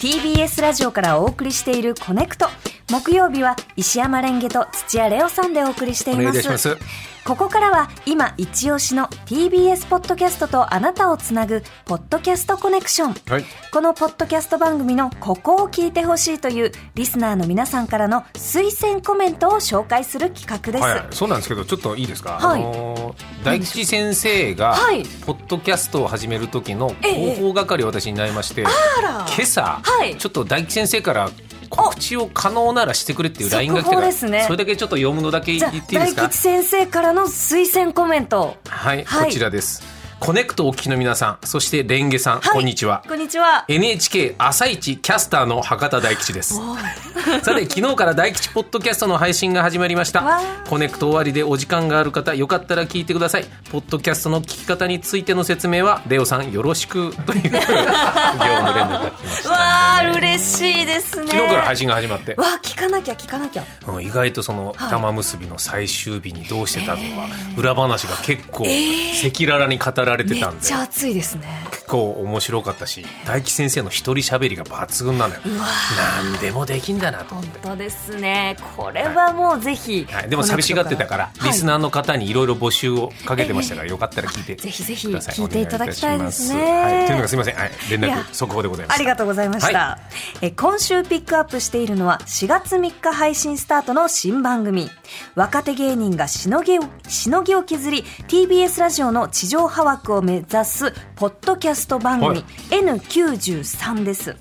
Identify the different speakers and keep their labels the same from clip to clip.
Speaker 1: TBS ラジオからお送りしているコネクト木曜日は石山レンゲと土屋レオさんでお送りしてい
Speaker 2: お願
Speaker 1: ま
Speaker 2: いいた
Speaker 1: す
Speaker 2: します
Speaker 1: ここからは今一押しの TBS ポッドキャストとあなたをつなぐポッドキャストコネクション
Speaker 2: はい
Speaker 1: このポッドキャスト番組のここを聞いてほしいというリスナーの皆さんからの推薦コメントを紹介する企画です、
Speaker 2: はい、そうなんですけどちょっといいですか、
Speaker 1: はい
Speaker 2: あのー大吉先生が
Speaker 1: はい
Speaker 2: ポッドキャストを始める時の
Speaker 1: ええ
Speaker 2: 広報係を私になりまして、
Speaker 1: あら
Speaker 2: 今朝、
Speaker 1: はい
Speaker 2: ちょっと大吉先生から告知を可能ならしてくれっていう LINE が来
Speaker 1: 速
Speaker 2: てか
Speaker 1: 報
Speaker 2: ら
Speaker 1: ですね
Speaker 2: それだけちょっと読むのだけ
Speaker 1: じ
Speaker 2: 言
Speaker 1: ゃ
Speaker 2: っ
Speaker 1: あ
Speaker 2: ていいで
Speaker 1: 大
Speaker 2: すか
Speaker 1: 吉先生からの推薦コメント
Speaker 2: はい、
Speaker 1: はい
Speaker 2: こちらですコネクトお聞きの皆さんそしてレンゲさん、
Speaker 1: はい
Speaker 2: こんにちは
Speaker 1: こんにちは
Speaker 2: NHK 朝一キャスターの博多大吉ですさて昨日から大吉ポッドキャストの配信が始まりまし
Speaker 1: わ
Speaker 2: た
Speaker 1: ー
Speaker 2: コネクト終わりでお時間がある方よかったら聞いてくださいポッドキャストの聞き方についての説明はレオさんよろしくという業務連絡が来ました
Speaker 1: わあ嬉しいですね
Speaker 2: 昨日から配信が始まって
Speaker 1: わあ聞かなきゃ聞かなきゃ
Speaker 2: うん意外とその
Speaker 1: はい
Speaker 2: 玉結びの最終日にどうしてたとか、裏話が結構赤裸々に語られて
Speaker 1: めった
Speaker 2: んで
Speaker 1: ちゃ熱いですね
Speaker 2: 結構面白かったし大吉先生の一人喋りが抜群なのよ何でもできんだなと
Speaker 1: 本当ですねこれはもうぜひ、
Speaker 2: はい、でも寂しがってたから、リス
Speaker 1: ー
Speaker 2: ナーの方にいろいろ募集をかけてましたから、よかったら聞いて
Speaker 1: ぜひぜひ
Speaker 2: ください。
Speaker 1: 聞いていただきたいですね
Speaker 2: お願いいたしますはい、というのがすみません、はい、連
Speaker 1: いや
Speaker 2: 絡速報でございま
Speaker 1: あ
Speaker 2: す
Speaker 1: り。がとうございました、
Speaker 2: は
Speaker 1: え今週ピックアップしているのは4月3日配信スタートの新番組若手芸人がしのぎをしのぎを削り TBS ラジオの地上波枠を目指すポッドキャスト番組、
Speaker 2: はい
Speaker 1: N93 です、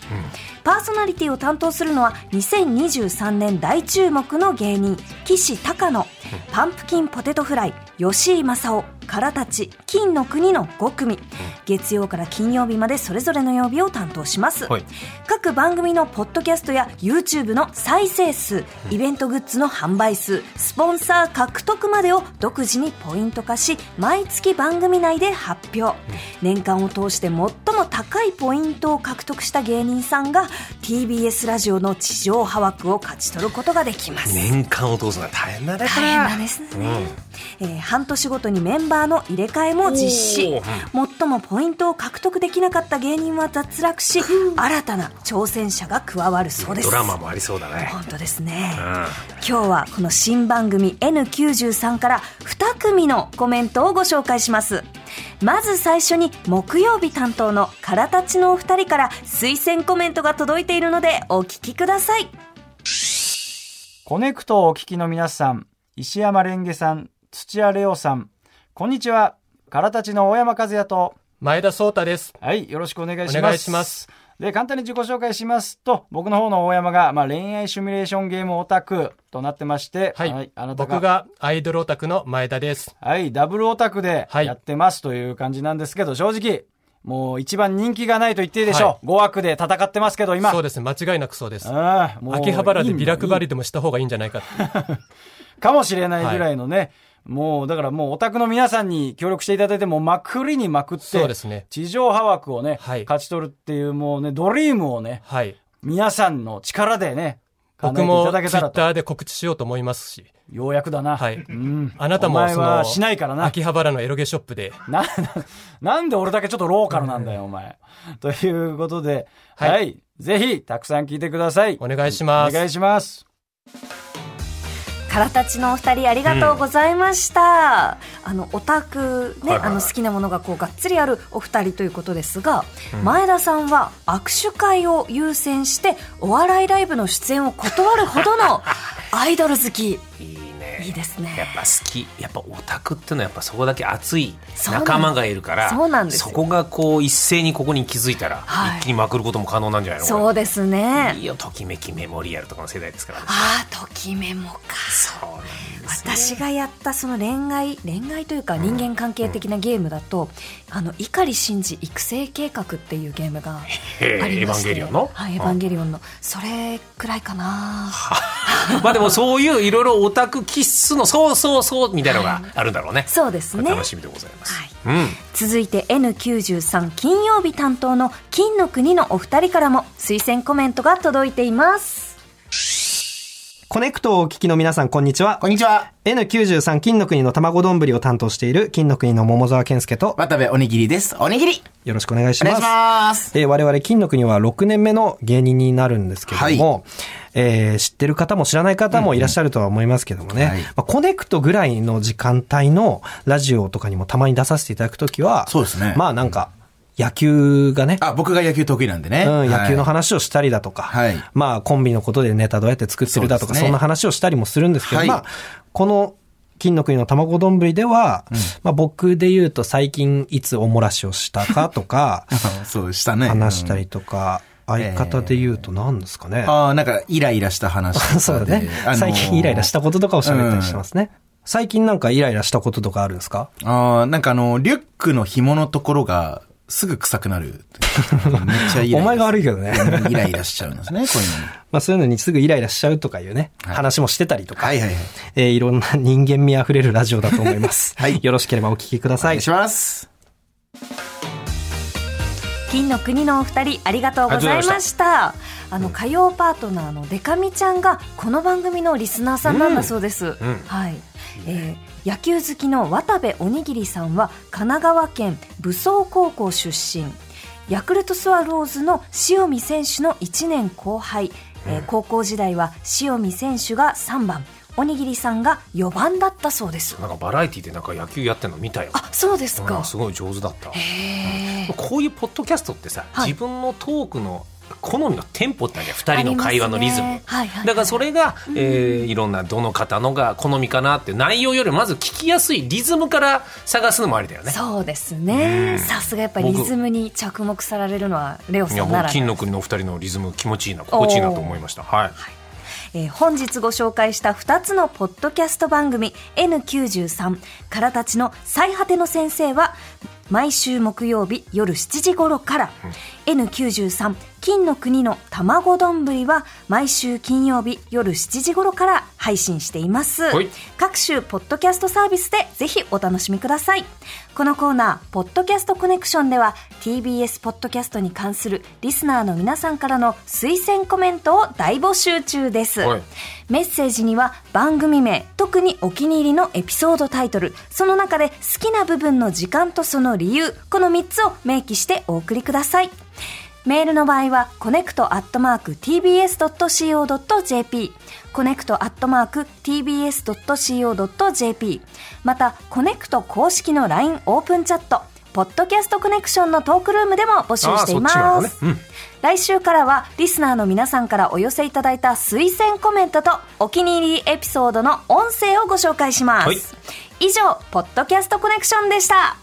Speaker 1: パーソナリティを担当するのは2023年大注目の芸人岸高野パンプキンポテトフライ吉井正夫からたち金の国の5組月曜から金曜日までそれぞれの曜日を担当します、
Speaker 2: はい
Speaker 1: 各番組のポッドキャストや YouTube の再生数イベントグッズの販売数スポンサー獲得までを独自にポイント化し毎月番組内で発表年間を通して最も高いポイントを獲得した芸人さんが TBS ラジオの地上波枠を勝ち取ることができます
Speaker 2: 年間を通すのは大変だね。これ
Speaker 1: 大変なんですね、えー半年ごとにメンバーの入れ替えも実施
Speaker 2: お
Speaker 1: 最もポイントを獲得できなかった芸人は脱落し新たな挑戦者が加わるそうです
Speaker 2: ドラマもありそうだね。
Speaker 1: 本当ですね
Speaker 2: うん、
Speaker 1: 今日はこの新番組 N93 から2組のコメントをご紹介しますまず最初に木曜日担当のからたちのお二人から推薦コメントが届いているのでお聞きください
Speaker 3: コネクトをお聞きの皆さん、石山レンゲさん、土屋レオさん、こんにちは。からたちの大山和也と、
Speaker 4: 前田壮太です。
Speaker 3: はい、よろしくお願いします。
Speaker 4: お願いします
Speaker 3: で、簡単に自己紹介しますと、僕の方の大山が、まあ、恋愛シミュレーションゲームオタクとなってまして、
Speaker 4: はい。
Speaker 3: あなた
Speaker 4: 僕がアイドルオタクの前田です。
Speaker 3: はい、ダブルオタクで
Speaker 4: はい
Speaker 3: やってますという感じなんですけど、正直、もう一番人気がないと言っていいでしょう。
Speaker 4: は
Speaker 3: 5枠で戦ってますけど、今。
Speaker 4: そうですね。間違いなくそうです。
Speaker 3: ああもう
Speaker 4: 秋葉原でビラ配
Speaker 3: いい
Speaker 4: りでもした方がいいんじゃないかっていう。
Speaker 3: かもしれないぐらいのね、もうだからもうオタクの皆さんに協力していただいて、もうまくりにまくって、
Speaker 4: そうですね
Speaker 3: 地上波枠をね、
Speaker 4: はい
Speaker 3: 勝ち取るっていうもうね、ドリームをね、
Speaker 4: はい。
Speaker 3: 皆さんの力でね、叶
Speaker 4: 僕
Speaker 3: えてい
Speaker 4: も
Speaker 3: た
Speaker 4: ツ
Speaker 3: だ
Speaker 4: イ
Speaker 3: けた
Speaker 4: ッ
Speaker 3: らと。
Speaker 4: ターで告知しようと思いますし。
Speaker 3: ようやくだな。
Speaker 4: はい
Speaker 3: うん。
Speaker 4: あな た
Speaker 3: お
Speaker 4: も
Speaker 3: 前
Speaker 4: そ
Speaker 3: は
Speaker 4: の、
Speaker 3: しないからな。
Speaker 4: 秋葉原のエロゲショップで。
Speaker 3: な、なんで俺だけちょっとローカルなんだよ、お前。ということで、は、
Speaker 4: はいい
Speaker 3: ぜひ、たくさん聞いてください。
Speaker 4: お願いしま
Speaker 3: お
Speaker 4: す。
Speaker 3: 願いします。
Speaker 1: からたちのお二人ありがとうございました、あのオタクね、
Speaker 2: はいはい
Speaker 1: あの好きなものがこうがっつりあるお二人ということですが、前田さんは握手会を優先してお笑いライブの出演を断るほど のアイドル好き
Speaker 2: いい
Speaker 1: いい
Speaker 2: ね。
Speaker 1: です
Speaker 2: やっ
Speaker 1: ね
Speaker 2: ぱ好き、やっぱオタクってのはやっぱそこだけ熱い
Speaker 1: そうなん
Speaker 2: 仲間がいるから、
Speaker 1: そうなんですよ
Speaker 2: そこがこう一斉にここに気づいたら、
Speaker 1: はい
Speaker 2: 一気にまくることも可能なんじゃないの？
Speaker 1: そうです
Speaker 2: これ
Speaker 1: ね
Speaker 2: いいよ、ときめきメモリアルとかの世代ですからね。
Speaker 1: ああときめもか
Speaker 2: そうなんですね
Speaker 1: 私がやったその恋愛恋愛というか人間関係的なゲームだと「あの碇シンジ育成計画」っていうゲーム が
Speaker 2: へえ
Speaker 1: あり
Speaker 2: エヴ
Speaker 1: ま
Speaker 2: ァ
Speaker 1: し
Speaker 2: ン
Speaker 1: て
Speaker 2: ゲリオンの。
Speaker 1: はい、エヴァンゲリオンの、それくらいかな。
Speaker 2: まあでもそういういろいろオタク気質のそうそうそうみたいなのがあるんだろうね。
Speaker 1: そうです
Speaker 2: これ
Speaker 1: ね。
Speaker 2: 楽しみでございます。
Speaker 1: はい
Speaker 2: うん。
Speaker 1: 続いて N93 金曜日担当の金の国のお二人からも推薦コメントが届いています。
Speaker 5: コネクトをお聞きの皆さん、こんにちは
Speaker 6: こ。んにちは。
Speaker 5: N93 金の国の卵丼を担当している金の国の桃沢健介と、
Speaker 6: 渡部おにぎりです。おにぎり
Speaker 5: よろしくお願いし
Speaker 6: お願
Speaker 5: ま
Speaker 6: い
Speaker 5: す。
Speaker 6: します。
Speaker 5: えー我々金の国は6年目の芸人になるんですけども、えー知ってる方も知らない方もいらっしゃるとは思いますけどもね、
Speaker 6: はい
Speaker 5: まあ、コネクトぐらいの時間帯のラジオとかにもたまに出させていただくときは、
Speaker 6: そうですね
Speaker 5: まあなんか、野球がね、
Speaker 6: あ、僕が野球得意なんでね。
Speaker 5: うん、野球の
Speaker 6: はい
Speaker 5: 話をしたりだとか、
Speaker 6: はい
Speaker 5: まあコンビのことでネタどうやって作ってるだとか、そ,、
Speaker 6: そうですね
Speaker 5: んな話をしたりもするんですけど、
Speaker 6: はい
Speaker 5: まあ、この、金の国の卵丼では、まあ僕で言うと最近いつお漏らしをしたかとか、
Speaker 6: そうしたね。
Speaker 5: 話した
Speaker 6: うん
Speaker 5: りとか、相方で言うと何ですかね。
Speaker 6: ああ、なんか、イライラした話とか で。
Speaker 5: そうだね。
Speaker 6: あのー
Speaker 5: 最近イライラしたこととかを喋ったりしてますね。最近なんかイライラしたこととかあるんですか
Speaker 6: ああ、なんかあの、リュックの紐のところが、すぐ臭く なる。めっちゃイライラ。
Speaker 5: お前が悪いけどね
Speaker 6: うん。イライラしちゃうんで すね、こういうのに。
Speaker 5: まあそういうのにすぐイライラしちゃうとかいうね、
Speaker 6: はい
Speaker 5: 話もしてたりとか、
Speaker 6: はいはいはい。
Speaker 5: えーいろんな人間味あふれるラジオだと思います。
Speaker 6: は い
Speaker 5: よろしければお聞きくだ
Speaker 6: お
Speaker 5: さ
Speaker 6: 願
Speaker 5: い
Speaker 6: い。します。
Speaker 1: 金の国のお二人ありがとうございましたあの火曜パートナーのデカミちゃんがこの番組のリスナーさんなんだそうです、
Speaker 2: うん
Speaker 1: はい、えー野球好きの渡部おにぎりさんは神奈川県武装高校出身ヤクルトスワローズの塩見選手の1年後輩、えー高校時代は塩見選手が3番おにぎりさんが4番だったそうです
Speaker 2: なんかバラエティでなんか野球やってんの見たよ。
Speaker 1: あそうです
Speaker 2: うん
Speaker 1: か
Speaker 2: すごい上手だった。
Speaker 1: へー
Speaker 2: こういうポッドキャストってさ、
Speaker 1: はい
Speaker 2: 自分のトークの好みのテンポってあるじゃん二人の会話のリズム。
Speaker 1: ありますねはいはいはい
Speaker 2: だからそれが、えーいろんなどの方のが好みかなって内容よりもまず聞きやすいリズムから探すのもありだよね。
Speaker 1: そうですね。さすがやっぱりリズムに着目されるのはレオ
Speaker 2: い
Speaker 1: さ
Speaker 2: や
Speaker 1: んな
Speaker 2: 僕
Speaker 1: ら。
Speaker 2: 金の国のお二人のリズム気持ちいいな心地いいなと思いました。はい。
Speaker 1: えー本日ご紹介した2つのポッドキャスト番組 N93 からたちの最果ての先生は毎週木曜日夜7時頃から、N93 金の国の卵丼は毎週金曜日夜7時頃から配信しています、
Speaker 2: はい
Speaker 1: 各種ポッドキャストサービスでぜひお楽しみくださいこのコーナー「ポッドキャストコネクション」では TBS ポッドキャストに関するリスナーの皆さんからの推薦コメントを大募集中です、
Speaker 2: はい
Speaker 1: メッセージには番組名特にお気に入りのエピソードタイトルその中で好きな部分の時間とその理由この3つを明記してお送りくださいメールの場合は、コネクトアットマーク tbs.co.jp、コネクトアットマーク tbs.co.jp、また、コネクト公式の LINE オープンチャット、ポッドキャストコネクションのトークルームでも募集してい
Speaker 2: あーそっちなの
Speaker 1: ま
Speaker 2: ね
Speaker 1: す。
Speaker 2: うん
Speaker 1: 来週からは、リスナーの皆さんからお寄せいただいた推薦コメントと、お気に入りエピソードの音声をご紹介します。
Speaker 2: はい
Speaker 1: 以上、ポッドキャストコネクションでした。